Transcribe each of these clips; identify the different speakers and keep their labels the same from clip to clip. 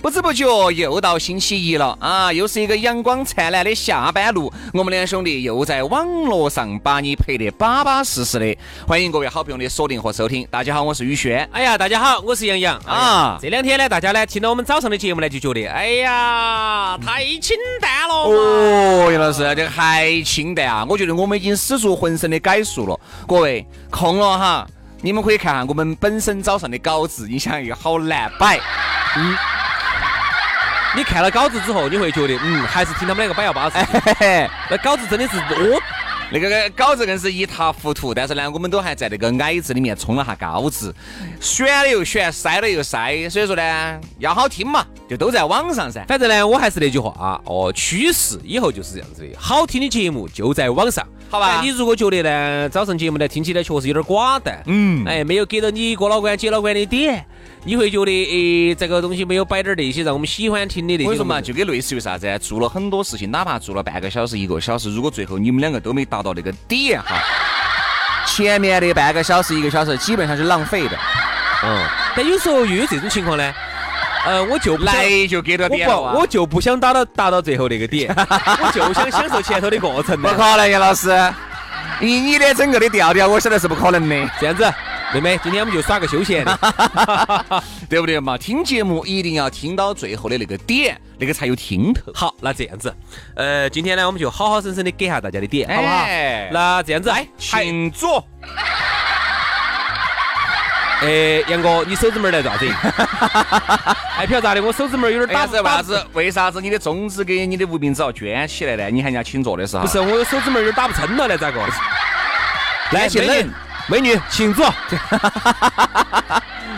Speaker 1: 不知不觉又到星期一了啊，又是一个阳光灿烂的下班路。我们两兄弟又在网络上把你陪得巴巴适适的。欢迎各位好朋友的锁定和收听。大家好，我是宇轩。
Speaker 2: 哎呀，大家好，我是杨洋
Speaker 1: 啊
Speaker 2: 啊。这两天呢，大家呢听到我们早上的节目呢，就觉得哎呀太清淡了嘛。
Speaker 1: 哦，杨老师，这个还清淡啊！我觉得我们已经使出浑身的解数了。各位，空了哈，你们可以看看我们本身早上的稿子，你想有好难摆。
Speaker 2: 你看了稿子之后，你会觉得嗯，还是听他们两个摆要巴适。
Speaker 1: 嘿嘿。
Speaker 2: 那稿子真的是哦，
Speaker 1: 那个稿子更是一塌糊涂，但是呢，我们都还在那个矮字里面冲了下高字，选了又选，筛了又筛，所以说呢，要好听嘛，就都在网上噻。
Speaker 2: 反正呢，我还是那句话啊，哦，趋势以后就是这样子的，好听的节目就在网上，
Speaker 1: 好吧
Speaker 2: 但你如果觉得呢，早上节目呢听起来确实有点寡淡，嗯，哎，没有给到你郭老倌、姐老倌的点，你会觉得诶，这个东西没有摆点儿那些让我们喜欢听的那些
Speaker 1: 我
Speaker 2: 东西。
Speaker 1: 跟你说嘛，就跟类似于啥子，做了很多事情，哪怕做了半个小时、一个小时，如果最后你们两个都没达到那个点 哈，前面的半个小时、一个小时基本上是浪费的，
Speaker 2: 嗯，但有时候又有这种情况呢，呃，我就不想
Speaker 1: 来就给到
Speaker 2: 我
Speaker 1: 点了啊
Speaker 2: 不，
Speaker 1: 哇
Speaker 2: 我就不想打到达到最后那个 点，我就想享受前头的过程
Speaker 1: 不
Speaker 2: 呢。
Speaker 1: 可能，杨老师，以你的整个的调调，我晓得是不可能的。
Speaker 2: 这样子，妹妹，今天我们就耍个休闲的。
Speaker 1: 对不对嘛？听节目一定要听到最后的那个点，那个才有听头。
Speaker 2: 好，那这样子，呃，今天呢，我们就好好生生的给下大家的点，好不好？
Speaker 1: 哎
Speaker 2: 那这样子，哎，
Speaker 1: 请坐。
Speaker 2: 哎，杨哥，你手指门儿来做啥子？ 哎，不晓得咋的，我手指门儿有点
Speaker 1: 哎
Speaker 2: 打不
Speaker 1: 呀，这为啥？
Speaker 2: 打
Speaker 1: 子？为啥子你的中指跟你的无名指要卷起啊来呢？你喊人家请坐的时候，
Speaker 2: 不不是，我手指门儿有点打不撑了呢，咋个？来，
Speaker 1: 美
Speaker 2: 美
Speaker 1: 女
Speaker 2: 女，美女，请坐。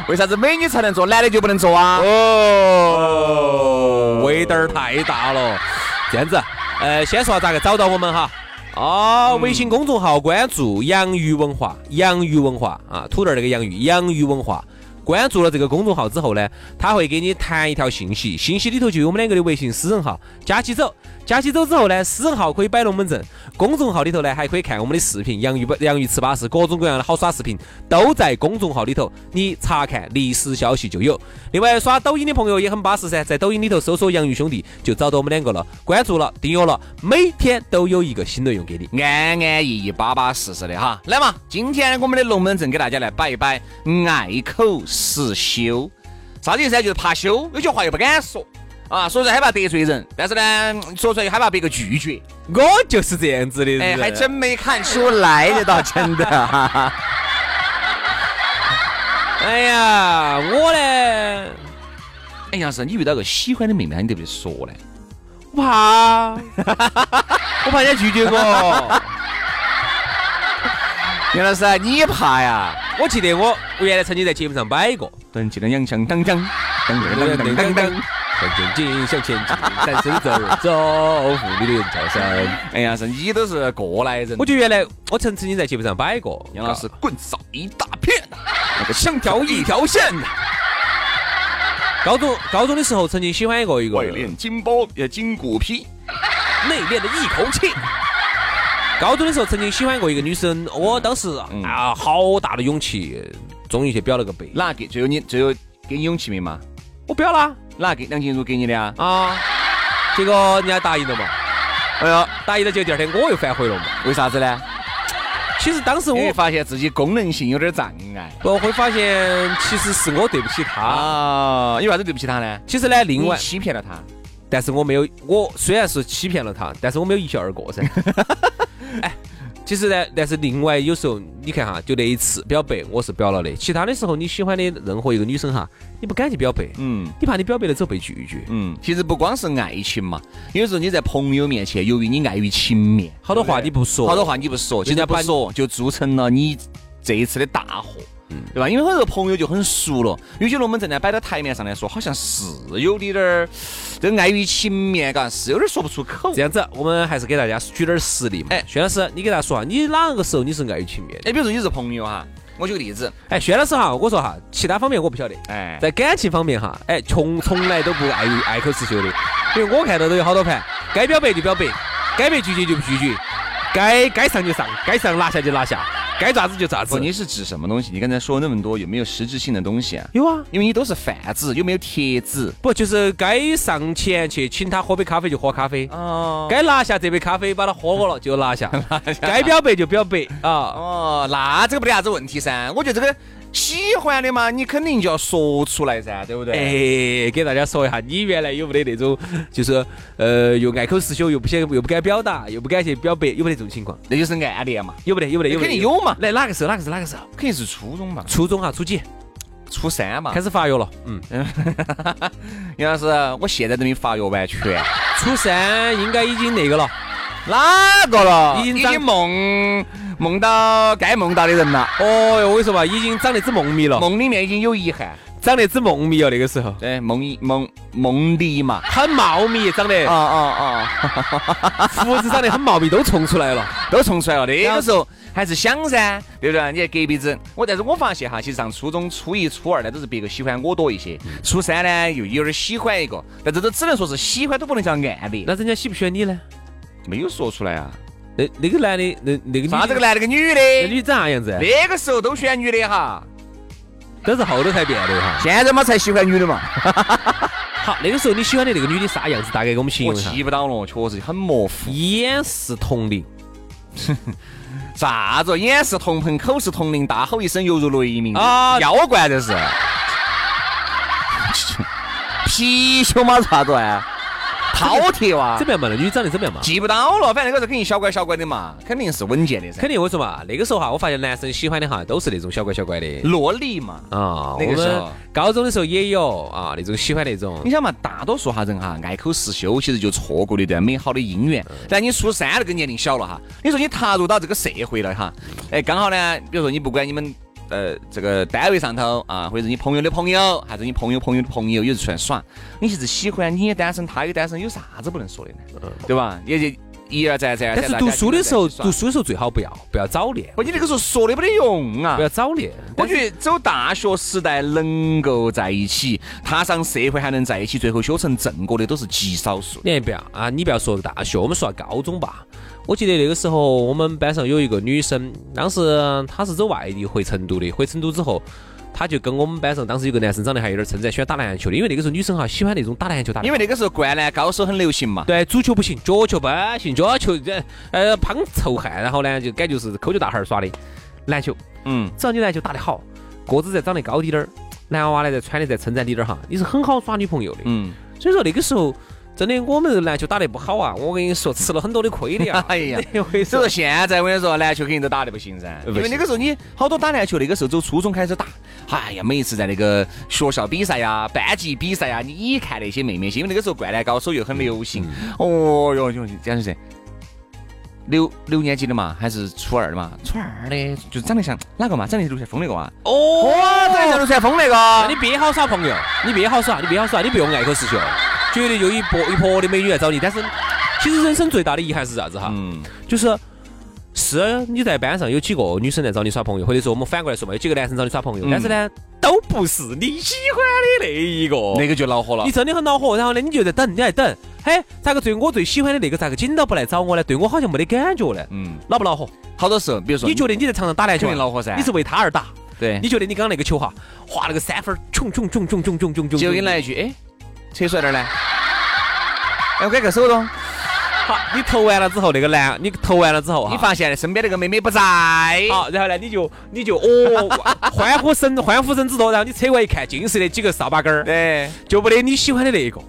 Speaker 1: 为啥子美女才能坐，男的就不能坐啊？
Speaker 2: 哦，味道儿太大了。这样子，呃，先说下咋个找到我们哈。哦，微信公众号关注“洋芋文化”，洋芋文化啊，土豆儿那个洋芋，洋芋文化。关注了这个公众号之后呢，他会给你弹一条信息，信息里头就有我们两个的微信私人号，加起走，加起走之后呢，私人号可以摆龙门阵，公众号里头呢还可以看我们的视频，洋芋不洋芋吃巴适，各种各样的好耍视频都在公众号里头，你查看历史消息就有。另外，刷抖音的朋友也很巴适噻，在抖音里头搜索“洋芋兄弟”就找到我们两个了，关注了，订阅了，每天都有一个新内容给你。
Speaker 1: 安安逸逸、巴巴适适的哈。来嘛，今天我们的龙门阵给大家来摆一摆，爱口实修。啥子意思呢？就是怕羞，有些话又不敢说啊，说出来害怕得罪人，但是呢，说出来又害怕别个拒绝。
Speaker 2: 我就是这样子的人，
Speaker 1: 哎，还真没看出来，这倒真 的。哈哈
Speaker 2: 哎呀，我呢，
Speaker 1: 哎，杨老师，你遇到个喜欢的妹妹，你得不得说呢？
Speaker 2: 我怕，我怕人家拒绝我。
Speaker 1: 杨老师，你怕呀？
Speaker 2: 我记得我我原来曾经在节目上摆过，
Speaker 1: 噔起噔锵锵噔锵噔噔噔噔噔。
Speaker 2: 向前进，向前进，单身走走，妇女的叫声。
Speaker 1: 哎呀，是你都是过来人。
Speaker 2: 我就原来我曾曾经在节目上摆过，
Speaker 1: 杨老师棍扫一大片，那个香条一条线，
Speaker 2: 高中高中的时候曾经喜欢过一个
Speaker 1: 外练金包呃金骨皮，
Speaker 2: 内敛的一口气。高中的时候曾经喜欢过一个女生，我当时
Speaker 1: 嗯
Speaker 2: 啊，好大的勇气，终于去表了个白。
Speaker 1: 哪个最有你最有给你勇气没嘛？
Speaker 2: 我表了
Speaker 1: 哪个梁静茹给你的啊？
Speaker 2: 啊，结果人家答应了嘛，
Speaker 1: 哎呀，
Speaker 2: 答应了结果第二天我又反悔了嘛。
Speaker 1: 为啥子呢？
Speaker 2: 其实当时
Speaker 1: 因为
Speaker 2: 我
Speaker 1: 发现自己功能性有点障碍
Speaker 2: 我会发现，其实是我对不起她。
Speaker 1: 啊。你为啥子对不起她呢？
Speaker 2: 其实呢，另
Speaker 1: 你
Speaker 2: 外，
Speaker 1: 欺骗了她。
Speaker 2: 但是我没有，我虽然是欺骗了她，但是我没有一笑而过噻。哎，其实呢，但是另外有时候你看哈，就那一次表白，我是表了的。其他的时候，你喜欢的任何一个女生哈，你不敢去表白，
Speaker 1: 嗯
Speaker 2: 你怕你表白了之后被拒绝。
Speaker 1: 嗯，其实不光是爱情嘛，有时候你在朋友面前，由于你碍于情面，
Speaker 2: 好多话你不说，
Speaker 1: 好多话你不说，
Speaker 2: 人
Speaker 1: 人
Speaker 2: 家
Speaker 1: 家
Speaker 2: 把
Speaker 1: 不
Speaker 2: 你
Speaker 1: 说，就铸成了你这一次的大祸。对吧？因为很多朋友就很熟了，有些龙门阵呢摆到台面上来说，好像是有点儿这碍于情面，嘎，是有点儿说不出口。
Speaker 2: 这样子，我们还是给大家举点儿实例嘛。
Speaker 1: 哎
Speaker 2: 轩老师，你给大家说下，你哪个时候你是碍于情面的？
Speaker 1: 哎，比如说你是朋友哈，我举个例子，
Speaker 2: 哎，轩老师哈，我说哈，其他方面我不晓得，
Speaker 1: 哎，
Speaker 2: 在感情方面哈，哎，从从来都不爱于爱口是心的，因为我看到都有好多盘，该表白就表白，该被拒绝就不拒绝，该该上就上，该上拿下就拿下，该咋子就咋
Speaker 1: 不，
Speaker 2: 子。
Speaker 1: 哎你是指什么东西？你刚才说了那么多，有没有实质性的东西啊？
Speaker 2: 有啊，
Speaker 1: 因为你都是泛指，有没有帖子？
Speaker 2: 不就是该上前去请他喝杯咖啡就喝咖啡，
Speaker 1: 哦
Speaker 2: 该拿下这杯咖啡把它喝过了就拿下，该表白就表白啊。
Speaker 1: 哦，那这个没得啥子问题噻。我觉得这个喜欢的嘛，你肯定就要说出来噻，对不对？
Speaker 2: 哎，给大家说一下，你原来有没得那种，就是呃，又爱口是心，又不想又不敢表达，又不敢去表白，有没得这种情况？
Speaker 1: 那就是暗恋嘛，
Speaker 2: 有没得？有没得？有没得？
Speaker 1: 肯定有嘛，
Speaker 2: 啊来，哪个时候？哪个是哪个时候？
Speaker 1: 肯定是初中嘛，
Speaker 2: 初中哈，啊初几
Speaker 1: 初三嘛
Speaker 2: 开。始发育了？嗯，
Speaker 1: 杨老师，我现在都没发育 完全，
Speaker 2: 初三应该已经那个了。
Speaker 1: 哪个了？
Speaker 2: 已经
Speaker 1: 已
Speaker 2: 长
Speaker 1: 经梦梦到该梦到的人了，
Speaker 2: 哦哟，我跟你说嘛，已经长得只梦迷了，
Speaker 1: 梦里面已经有遗憾。
Speaker 2: 长得只梦迷啊了。那个时候
Speaker 1: 对，梦一梦梦里嘛。
Speaker 2: 很茂密，长
Speaker 1: 啊
Speaker 2: 得
Speaker 1: 啊
Speaker 2: 胡子长得很茂密，都冲出来了。
Speaker 1: 啊！都冲出来了，那个时候还是想噻，对不对？你在隔壁整我，但是我发现哈，其实上初中初一、初二呢，都是别个喜欢我多一些，初三呢又有点喜欢一个，但这都只能说是喜欢，都不能叫暗恋。
Speaker 2: 那人家喜不喜欢你呢？
Speaker 1: 没有说出来啊，
Speaker 2: 那那个男的，那那个女的
Speaker 1: 啥这个男的跟女
Speaker 2: 那
Speaker 1: 的，
Speaker 2: 女长啥样子？啊
Speaker 1: 那个时候都喜欢女的哈，
Speaker 2: 都是后头才变的哈。
Speaker 1: 现在嘛才喜欢女的嘛。
Speaker 2: 好，那个时候你喜欢的那个女的啥样子？大概给我们形
Speaker 1: 我
Speaker 2: 容一下。
Speaker 1: 记不到了，确实很模糊。
Speaker 2: 也是同龄，
Speaker 1: 啥子？眼是同朋，口是同林，大吼一声犹如雷鸣
Speaker 2: 啊
Speaker 1: 妖怪这是。貔貅嘛，啥子啊？饕餮哇
Speaker 2: 怎？么样嘛？那女长得怎么样嘛？
Speaker 1: 记不到了，反正那个时候肯定小乖小乖的嘛，肯定是稳健的噻
Speaker 2: 肯。定我说嘛，那个时候哈，我发现男生喜欢的哈都是那种小乖小乖的。
Speaker 1: 萝莉嘛，
Speaker 2: 啊，
Speaker 1: 那个
Speaker 2: 我
Speaker 1: 时
Speaker 2: 们
Speaker 1: 候
Speaker 2: 高中的时候也有啊，那种喜欢那种
Speaker 1: 你想嘛，大多数哈人哈爱口是修，其实就错过了一段美好的姻缘。
Speaker 2: 嗯
Speaker 1: 但你初三那个年龄小了哈，你说你踏入到这个社会了哈，哎，刚好呢，比如说你不管你们呃这个单位上头啊，或者是你朋友的朋友，还是你朋友朋友的朋友，有时出来耍，你其实喜欢，你也单身，他也单身，有啥子不能说的呢？对吧？也就一而再再而
Speaker 2: 嗯但
Speaker 1: 三。
Speaker 2: 是读书的时候，读
Speaker 1: 书，
Speaker 2: 书的时候最好不要不要早恋，
Speaker 1: 不，你那个时候说的没得用啊
Speaker 2: 不。要早恋。
Speaker 1: 我
Speaker 2: 但是
Speaker 1: 觉得走大学时代能够在一起，踏上社会还能在一起，最后修成正果的都是极少数。
Speaker 2: 你也不要啊，你不要说大学，我们说下高中吧。我记得那个时候我们班上有一个女生，当时她是走外地回成都的，回成都之后。她就跟我们班上当时有个男生长得还有点称赞，喜欢打篮球的，因为那个时候女生哈喜欢那种打篮球打篮球。
Speaker 1: 因为那个时候灌篮高手很流行嘛。
Speaker 2: 对，足球不行，脚球不哎行，脚球这呃胖臭汉，然后呢就感觉是呃抠脚大汉儿耍的。篮球，
Speaker 1: 嗯，
Speaker 2: 只要你篮球打得好，个子再长得高滴点儿，男娃娃呢再穿的再称赞滴点儿哈，你是很好耍女朋友的。
Speaker 1: 嗯，
Speaker 2: 所以说那个时候，真的我们篮球打得不好啊，我跟你说吃了很多的亏的呀。
Speaker 1: 哎 呀。
Speaker 2: 那回
Speaker 1: 所以
Speaker 2: 事
Speaker 1: 说现在我跟你说，篮球肯定都打呃得不行噻，
Speaker 2: 不
Speaker 1: 因
Speaker 2: 行
Speaker 1: 为那个时候你好多打篮球，那个时候走初中开始打，哎呀，每一次在那个学校比赛呀、班级比赛呀，你一看那些妹妹些，因为那个时候灌篮高手又很流行，哦哟哟，这样子噻。六六年级的嘛，还是初二的嘛？初二的就长得像哪个嘛？长得像刘晓峰那个嘛？
Speaker 2: 哦，
Speaker 1: 哇，长得像刘晓峰那
Speaker 2: 那
Speaker 1: 个
Speaker 2: 你。别好耍朋友，你别好耍，你别好耍，你不用爱口是心，绝对有一波一波的美女来找你。但是，其实人生最大的遗憾是啥子哈？
Speaker 1: 嗯，
Speaker 2: 就是是你在班上有几个女生来找你耍朋友，或者说我们反过来说嘛，有几个男生找你耍
Speaker 1: 嗯
Speaker 2: 朋友，但是呢，都不是你喜欢的那一个，
Speaker 1: 那个就恼火了
Speaker 2: 你。真的很恼火。然后呢，你就在等，你在等，嘿，咋个最我最喜欢的那个咋个紧到不来找我呢？对我好像没得感觉呢，
Speaker 1: 嗯，
Speaker 2: 恼不恼火？
Speaker 1: 好多时候，比如说
Speaker 2: 你觉得你在场上打篮球
Speaker 1: 肯
Speaker 2: 啊，
Speaker 1: 定恼火噻
Speaker 2: 你是为他而打，
Speaker 1: 对，
Speaker 2: 你觉得你刚刚那个球哈，划那个三分儿，冲冲冲冲冲冲冲冲，
Speaker 1: 结果给你来一句，哎，扯出来点儿来，哎，我改个手动。
Speaker 2: 好，你投完了之后，那个篮你投完了之后哈，
Speaker 1: 你发现身边那个妹妹不在，
Speaker 2: 好，然后呢，你就你就哦，欢呼声哎欢呼声之多，然后你扯过来一看，尽是那几个扫把杆儿，
Speaker 1: 对，
Speaker 2: 就没得你喜欢的那一个。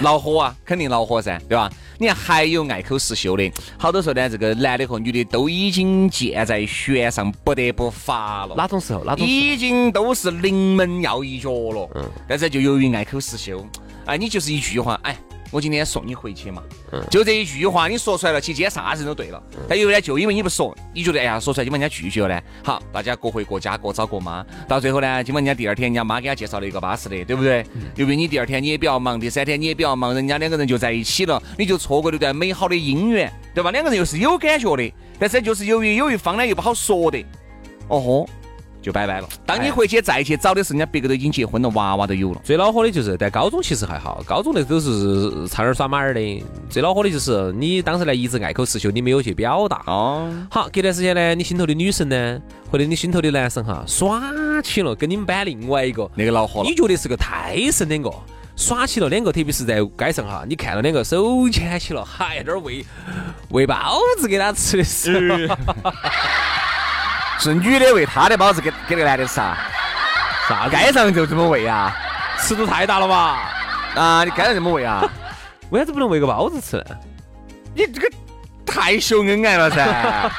Speaker 1: 恼火啊，肯定恼火噻，对吧？你看还有爱口是秀的，好多时候呢，这个男的和女的都已经箭在弦上，不得不发了。
Speaker 2: 哪种时候？哪种时候？
Speaker 1: 已经都是临门要一脚了。嗯，但是就由于爱口是秀，哎，你就是一句话，哎，我今天送你回去嘛，
Speaker 2: 嗯
Speaker 1: 就这一句话，你说出来了，其实今天啥子人都对了。但有呢，就因为你不说，你觉得哎呀，说出来就把人家拒绝了呢。好，大家各回各家，各找各妈。到最后呢，今晚人家第二天，人家妈给他介绍了一个巴适的，对不对？
Speaker 2: 嗯
Speaker 1: 由于你第二天你也比较忙，第三天你也比较忙，人家两个人就在一起了，你就错过了一段美好的姻缘，对吧？两个人又是有感觉的，但是就是由于有一方呢又不好说的，哦豁，就拜拜了。当你回去再去找的时候，人家别个都已经结婚了，娃娃都有了。
Speaker 2: 最恼火的就是，但高中其实还好，高中那都是唱儿耍马儿的。最恼火的就是你当时呢一直爱口是秀，你没有去表达。
Speaker 1: 哦，
Speaker 2: 好，隔段时间呢，你心头的女神呢，或者你心头的男神哈，耍起了，跟你们班另外一个，
Speaker 1: 那个恼火了
Speaker 2: 你。觉得是个胎神两个，耍起了两个，特别是在街上哈，你看到两个手牵起了，嗨，在那儿喂喂包子给他吃的时候，
Speaker 1: 是女的喂他的包子给给那个男的吃啊？
Speaker 2: 啥子？
Speaker 1: 街上就这么喂啊？
Speaker 2: 尺度太大了吧？
Speaker 1: 啊，你街上这么喂啊？
Speaker 2: 为啥子不能喂个包子吃呢？
Speaker 1: 你这个太秀恩爱了 噻！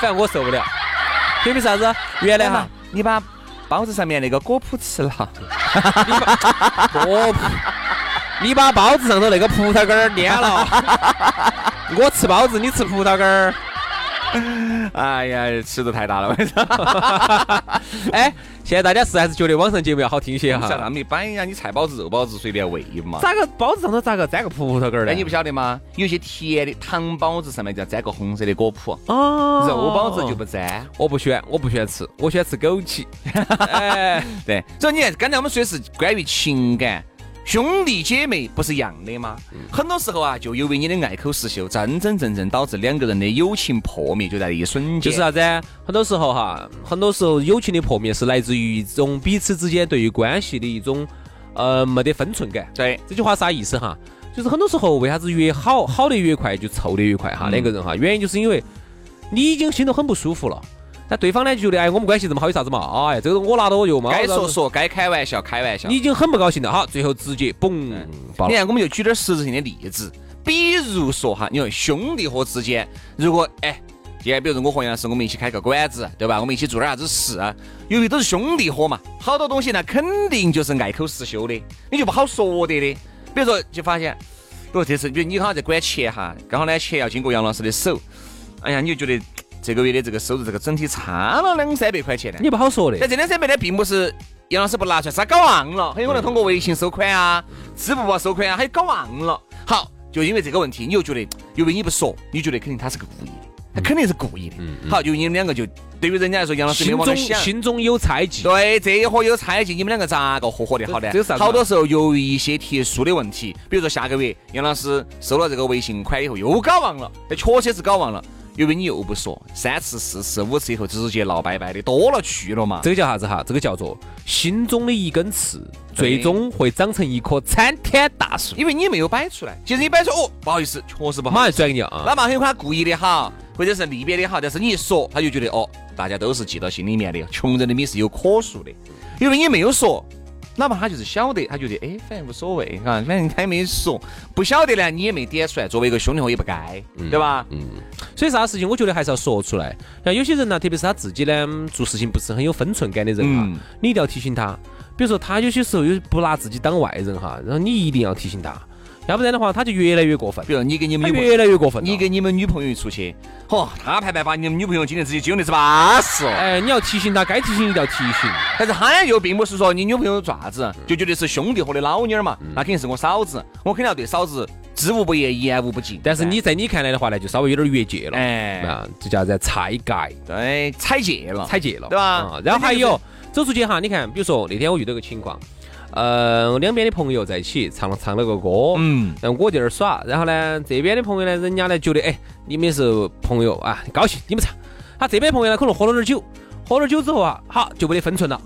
Speaker 2: 反正我受不了。特别啥子？原来哈，，
Speaker 1: 你把包子上面那个果脯吃了，
Speaker 2: 我你把包子上头那个葡萄干儿粘了， 我吃包子，你吃葡萄干儿。
Speaker 1: 哎呀，尺度太大了， 我跟你说。
Speaker 2: 哎，现在大家是还是觉得网上节目要好听些
Speaker 1: 你
Speaker 2: 哈？
Speaker 1: 那么一般呀，你菜包子、肉包子随便喂嘛。
Speaker 2: 咋个包子上头咋个粘个葡萄干儿呢？
Speaker 1: 哎，你不晓得吗？有些甜的糖包子上面就要沾个红色的果脯，
Speaker 2: 哦，
Speaker 1: 肉包子就不沾。
Speaker 2: 我不喜欢，我不喜欢吃，我喜欢吃枸 杞。哎，
Speaker 1: 对，所以你看，刚才我们说的是关于情感。兄弟姐妹不是一样的吗？
Speaker 2: 嗯
Speaker 1: 很多时候啊，就由于你的爱口是秀，真真正正导致两个人的友情破灭，就在一瞬
Speaker 2: 就
Speaker 1: 间。
Speaker 2: 是啊啥子？很多时候哈，很多时候友情的破灭是来自于一种彼此之间对于关系的一种呃没得分寸感。
Speaker 1: 对，
Speaker 2: 这句话啥意思哈？就是很多时候为啥子越好好的越快就臭的越快哈？
Speaker 1: 嗯
Speaker 2: 两个人哈，原因就是因为你已经心头很不舒服了，但对方呢就觉得哎我们关系这么好有啥子嘛？哎，这个我拿到我就嘛，
Speaker 1: 该说
Speaker 2: 我拿到
Speaker 1: 说，该开玩笑开玩笑。
Speaker 2: 你已经很不高兴了哈，最后直接嘣爆
Speaker 1: 你
Speaker 2: 了。
Speaker 1: 看，我们就举点实质性的例子，比如说哈，你说兄弟伙之间，如果哎，今天比如说我和杨老师我们一起开个馆子，对吧？我们一起做点啥子事，啊由于都是兄弟伙嘛，好多东西呢肯定就是爱口是修的，你就不好说得的。比如说，就发现，比如这次，比如你好像在管钱哈，刚好呢钱要经过杨老师的手，哎呀，你就觉得这个月的这个收入这个整体差了两三百块钱呢。
Speaker 2: 你不好说的
Speaker 1: 但，这两三百呢，并不是杨老师不拿出来，是他搞忘了，很有可能通过微信收款啊、支付宝收款啊，他就搞忘了。好，就因为这个问题，你又觉得，因为你不说，你觉得肯定他是个故意的，
Speaker 2: 嗯
Speaker 1: 他肯定是故意的。好，就你们两个就对于人家来说，杨老师没
Speaker 2: 心
Speaker 1: 往那
Speaker 2: 中
Speaker 1: 想。
Speaker 2: 心中有猜忌。
Speaker 1: 对，这一伙有猜忌，你们两个咋个合伙的好呢
Speaker 2: 这这是啥？子啊
Speaker 1: 好多时候由于一些特殊的问题，比如说下个月杨老师收了这个微信款以后又搞忘了，那确实是搞忘了，因为你又不说，三次、四次、五次以后直接闹掰掰的多了去了嘛。
Speaker 2: 这个叫啥子哈？这个叫做心中的一根刺，最终会长成一棵参天大树。
Speaker 1: 因为你没有摆出来。其实你摆出哦，不好意思，确实不好
Speaker 2: 马上
Speaker 1: 意思。
Speaker 2: 转给你啊！
Speaker 1: 哪怕很有可能他故意的哈，或者是利边的哈，但是你一说，他就觉得哦，大家都是记到心里面的，穷人的米是有可数的。因为你没有说，哪怕他就是晓得，他觉得哎，反正无所谓啊，反正他也没说。不晓得呢，你也没点出来，作为一个兄弟伙也不该，对吧？
Speaker 2: 所以啥事情，我觉得还是要说出来。像有些人呢，特别是他自己呢，做事情不是很有分寸感的人哈，
Speaker 1: 嗯
Speaker 2: 你一定要提醒他。比如说，他有些时候又不拿自己当外人哈，然后你一定要提醒他，要不然的话，他就越来越过分
Speaker 1: 比，如你跟你
Speaker 2: 他
Speaker 1: 们女朋友，
Speaker 2: 越来越过分了。
Speaker 1: 你跟你们女朋友一出去，嚯、他盘盘把你们女朋友今天直接揪的是巴适哦。
Speaker 2: 哎，你要提醒他，该提醒一定要提醒。
Speaker 1: 但是他又并不是说你女朋友爪子，就觉得是兄弟伙的老妞儿嘛，
Speaker 2: 嗯
Speaker 1: 那肯定是我嫂子，我肯定要对嫂子知无不言，言无不尽。
Speaker 2: 但是你在你看来的话呢，就稍微有点越界了，
Speaker 1: 哎，
Speaker 2: 啊，就叫啥子拆界。
Speaker 1: 对，踩界了，
Speaker 2: 踩界了，
Speaker 1: 哦对吧
Speaker 2: 啊然后还有走出去哈，你看，比如说那天我遇到个情况，呃，两边的朋友在一起唱了唱了个歌，
Speaker 1: 嗯，
Speaker 2: 然后我在那儿耍，然后呢，这边的朋友呢，人家呢觉得，哎，你们是朋友啊，高兴，你们唱。他这边朋友呢，可能喝了点儿酒，喝了点儿酒之后啊，好就没得分寸了，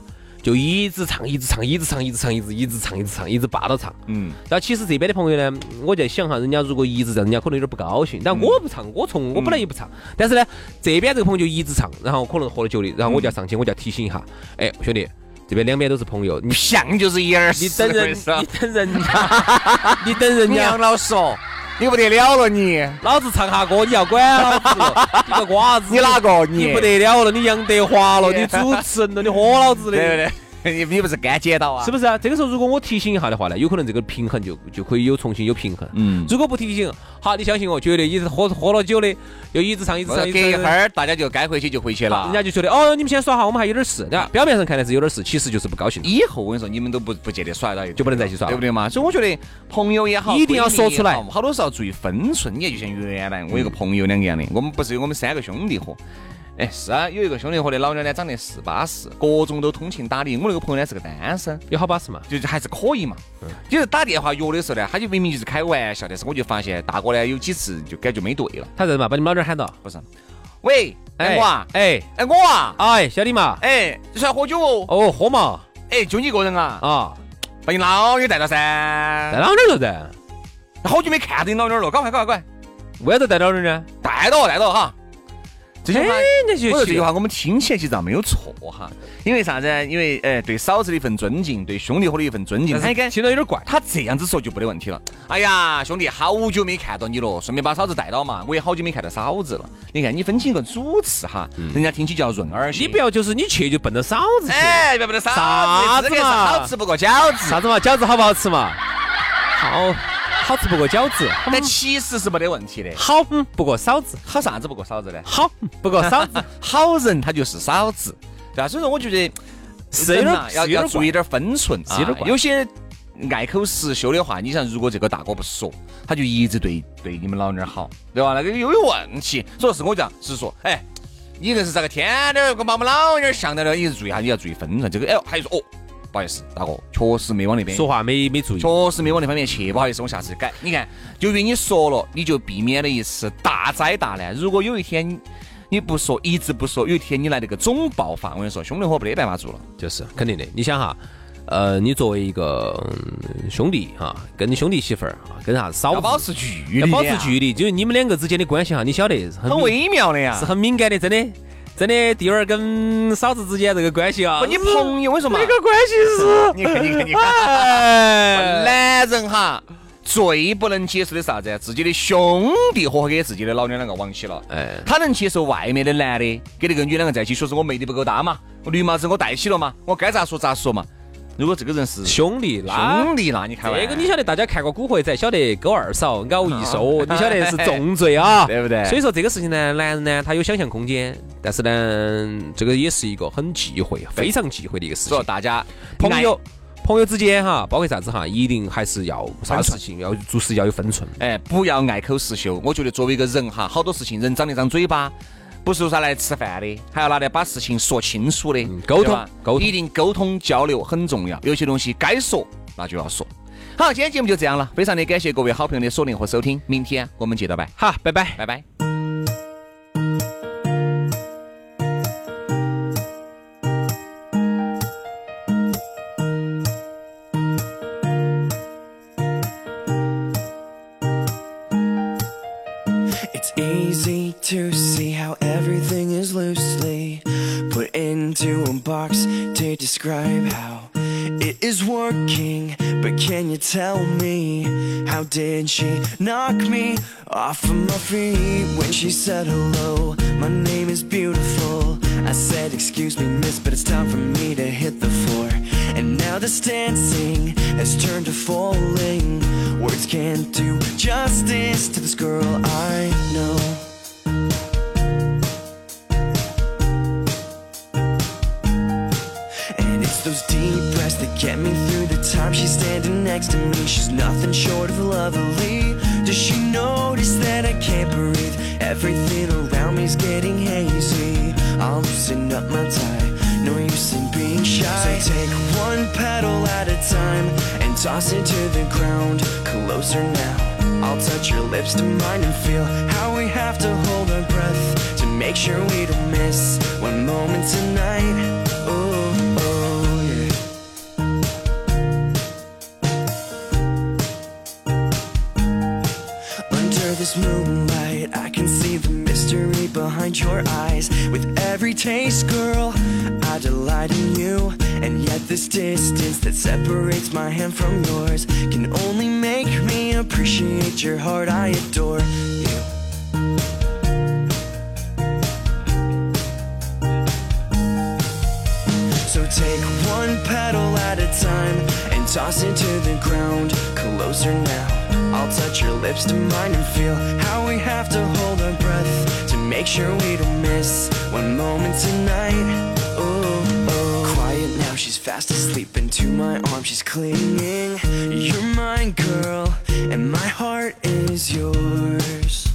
Speaker 2: 就一直唱，一直唱，一直唱，一直唱，一直一直唱，一直唱，一直霸道唱。
Speaker 1: 嗯，
Speaker 2: 然后其实这边的朋友呢，我在想哈，人家如果一直在，人家可能有点不高兴。但我不唱，我从我本来也不唱，但是呢，这边这个朋友就一直唱，然后可能喝了酒的，然后我就要上去，我就要提醒一下，哎，兄弟，这边两边都是朋友，你
Speaker 1: 像就是一耳
Speaker 2: 你
Speaker 1: 屎
Speaker 2: 等人，你等人家，你等人
Speaker 1: 你
Speaker 2: 家
Speaker 1: 杨，老师哦，你不得了 了你，
Speaker 2: 老子唱下歌，你要管老子了，你个瓜子，
Speaker 1: 你哪个
Speaker 2: 你
Speaker 1: 你？
Speaker 2: 不得了了，你杨德华了，你主持人了，你豁老子的，
Speaker 1: 对不对？ 你你不是干剪刀啊？
Speaker 2: 是不是啊？这个时候如果我提醒一下的话呢，有可能这个平衡就就可以有重新有平衡。
Speaker 1: 嗯，
Speaker 2: 如果不提醒，好，你相信我，绝对一直喝喝了酒的，又一直唱一直
Speaker 1: 我
Speaker 2: 唱，
Speaker 1: 说
Speaker 2: 一
Speaker 1: 隔
Speaker 2: 直
Speaker 1: 一
Speaker 2: 唱
Speaker 1: 会。儿大家就该回去就回去了
Speaker 2: 人。家就觉得哦，你们先耍哈，我们还有点事，对吧？表面上看来是有点事，其实就是不高兴。
Speaker 1: 以后我跟你说，你们都不不见得耍到一块儿了，
Speaker 2: 就不能在一起耍了
Speaker 1: 对不对嘛？所以我觉得朋友也好，
Speaker 2: 一定要说出来
Speaker 1: 闺蜜也好好多时候要注意分寸。你看，就像原来我有个朋友两个样的，我们不是有我们三个兄弟伙。哎，是啊，有一个兄弟伙的老娘呢，长得是巴适，各种都通情达理。我那个朋友呢是个单身，
Speaker 2: 有好把式嘛？
Speaker 1: 就是还是可以嘛。就是打电话约的时候呢，他就明明就是开玩笑，但是我就发现大哥呢有几次就感觉没对了，
Speaker 2: 他人嘛，把你们老点喊到。
Speaker 1: 不是？喂，哎我啊，
Speaker 2: 哎
Speaker 1: 哎我啊，
Speaker 2: 哎，小李嘛，
Speaker 1: 哎，你出来喝酒哦？
Speaker 2: 哦，喝嘛
Speaker 1: 哎，就你一个人啊？
Speaker 2: 啊，
Speaker 1: 把你老娘带到噻，
Speaker 2: 带老娘了噻？
Speaker 1: 好久没看到你老娘了，赶快赶快
Speaker 2: 为啥子带老娘呢？哎
Speaker 1: 赶快，带到带到哈！这句话，
Speaker 2: 那就
Speaker 1: 我说这句
Speaker 2: 去
Speaker 1: 话我们听起来其实没有错哈，因为啥子？因为哎，对嫂子的一份尊敬，对兄弟伙的一份尊敬，他应该
Speaker 2: 听到有点怪。
Speaker 1: 他这样子说就没得问题了。哎呀，兄弟，好久没看到你了，顺便把嫂子带到嘛，我也好久没看到嫂子了。你看你分清个主次哈，人家听起就要润耳
Speaker 2: 嗯
Speaker 1: 些。
Speaker 2: 你不要就是你去就奔着嫂子去，
Speaker 1: 哎，不要不得嫂
Speaker 2: 啥
Speaker 1: 子，
Speaker 2: 子
Speaker 1: 这个是
Speaker 2: 嘛
Speaker 1: 好吃不过饺子，
Speaker 2: 啥子嘛？饺子好不好吃嘛？好，好吃不过饺子，
Speaker 1: 但其实是没得问题的。
Speaker 2: 好嗯不过嫂子，
Speaker 1: 好啥子不过嫂子呢？
Speaker 2: 好嗯不过嫂 子，
Speaker 1: 好人他就是嫂子，对吧？所以说我觉得
Speaker 2: 是有
Speaker 1: 人
Speaker 2: 点
Speaker 1: 呐要
Speaker 2: 是有
Speaker 1: 要
Speaker 2: 点
Speaker 1: 注意点分寸，啊
Speaker 2: 是有点怪
Speaker 1: 有些爱口是修的话，你像如果这个大哥不说，他就一直对对你们老娘儿好，对吧？那个又有问题，所以是我讲是说，哎。你硬是咋个天天儿跟把我们老娘儿像的了？你是注意哈，你要注意分寸。这个哎呦，还有说哦，不好意思，大哥，确实没往那边
Speaker 2: 说话没没注意。
Speaker 1: 确实没往那方面去，不好意思，我下次改。你看，由于你说了，你就避免了一次大灾大难。如果有一天你不说，一直不说，有一天你来了个总爆发，我跟你说，兄弟伙没得办法做了。
Speaker 2: 就是肯定的。你想哈，呃，你作为一个、嗯兄弟哈、跟你兄弟媳妇儿啊，跟啥子嫂
Speaker 1: 要
Speaker 2: 子
Speaker 1: 保持距离，
Speaker 2: 要保持，距离，啊就是你们两个之间的关系哈，你晓得是很
Speaker 1: 很
Speaker 2: 敏
Speaker 1: 微妙的呀
Speaker 2: 是。很敏感的，真的，真的。弟儿跟嫂子之间这个关系啊
Speaker 1: 不，，你朋友，我跟你说嘛，
Speaker 2: 这个关系是，
Speaker 1: 你看，你看，你看，
Speaker 2: 哎，
Speaker 1: 男人哈。最不能接受的是啥子？自己的兄弟伙给自己的老娘两个往起了。
Speaker 2: 哎
Speaker 1: 他能接受外面的男的跟那个女两个在一起，说是我魅力不够大嘛，我绿帽子我戴起了嘛，我该咋说咋说嘛。如果这个人是
Speaker 2: 兄弟那。
Speaker 1: 兄弟那你开玩
Speaker 2: 啊这个你晓得，大家看过《古惑仔》，晓得勾二嫂、咬一手， 你晓得是重罪啊，
Speaker 1: 哦 对不对
Speaker 2: 所以说这个事情呢，男人呢他有想象空间，但是呢，这个也是一个很忌讳、非常忌讳的一个事情
Speaker 1: 说。大家
Speaker 2: 朋友朋友之间哈，包括啥子哈，一定还是要啥事情要做事要有分寸。
Speaker 1: 哎，不要爱口是修。我觉得作为一个人哈，好多事情人长一张嘴巴，不是说来吃饭的，还要拿来把事情说清楚的，
Speaker 2: 嗯沟通
Speaker 1: 对吧
Speaker 2: 沟通
Speaker 1: 一定沟通交流很重要。有些东西该说那就要说。好，今天节目就这样了，非常的感谢各位好朋友的锁定和收听，明天我们接着拜，
Speaker 2: 好，拜拜。
Speaker 1: 拜拜。
Speaker 3: It's easy to see how everything is loosely put into a box to describe how it is working. But can you tell me how did she knock me off of my feet when she said hello? My name is beautiful. I said, Excuse me, miss, but it's time for me to hit the floor. And now this dancing has turned to falling. Words can't do justice to this girl I know. And it's those deep breaths that get me through the time she's standing next to me. She's nothing short of lovely. Does she notice that I can't breathe? Everything around me's getting hazy. I'll loosen up my tie. No use in being shy. So take one petal at a time and toss it to the ground. Closer now. I'll touch your lips to mine and feel how we have to hold our breath to make sure we don't miss one moment tonight. Oh, oh, yeah. Under this moonlight, I can see the mystery behind your eyes. With every taste, girl, I delight in you. And yet This distance that separates my hand from yours can only make me appreciate your heart. I adore you. So take one petal at a time and toss it to the ground. Closer now. I'll touch your lips to mine and feel how we have to hold our breath to make sure we don't miss one moment tonight. Ooh, ooh. Quiet now, she's fast asleep into my arms. She's clinging. You're mine, girl, and my heart is yours.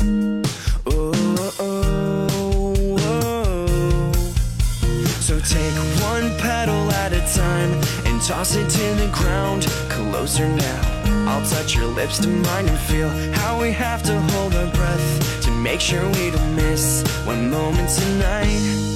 Speaker 3: Ooh, ooh, ooh. So take one petal at a time and toss it to the ground. Closer now. I'll touch your lips to mine and feel how we have to hold our breath to make sure we don't miss one moment tonight. Oh,